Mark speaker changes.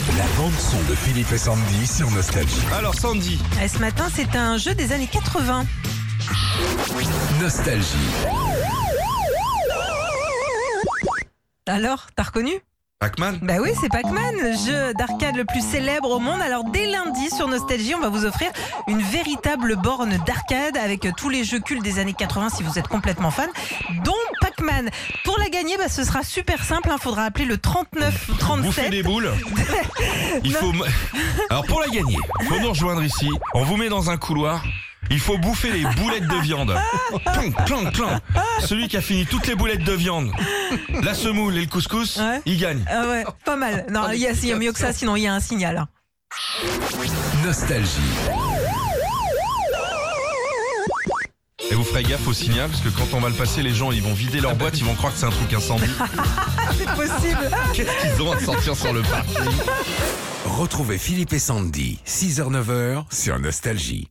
Speaker 1: La bande son de Philippe et Sandy sur Nostalgie.
Speaker 2: Alors Sandy,
Speaker 3: Et Eh, ce matin, c'est un jeu des années 80.
Speaker 1: Nostalgie.
Speaker 3: Alors, t'as reconnu
Speaker 2: Pac-Man,
Speaker 3: Bah oui, c'est Pac-Man, le jeu d'arcade le plus célèbre au monde. Alors, dès lundi sur Nostalgie, on va vous offrir une véritable borne d'arcade avec tous les jeux cultes des années 80 si vous êtes complètement fan, dont Pac-Man. Pour la gagner, bah, ce sera super simple. Il faudra appeler le 39
Speaker 2: bouffez
Speaker 3: 37.
Speaker 2: des boules. Il faut. m- Alors pour la gagner, faut nous rejoindre ici. On vous met dans un couloir. Il faut bouffer les boulettes de viande. Plank, plank, plank. Celui qui a fini toutes les boulettes de viande, la semoule et le couscous,
Speaker 3: Ouais.
Speaker 2: il gagne.
Speaker 3: Ah ouais, pas mal. Non, il y, a- il y a mieux que ça, sinon il y a un signal. hein.
Speaker 1: Nostalgie.
Speaker 2: Et vous ferez gaffe au signal parce que quand on va le passer, les gens ils vont vider leur boîte, ils vont croire que c'est un truc incendie.
Speaker 3: C'est possible.
Speaker 2: Qu'est-ce qu'ils ont à sortir sur le parking
Speaker 1: Retrouvez Philippe et Sandy, 6h-9h sur Nostalgie.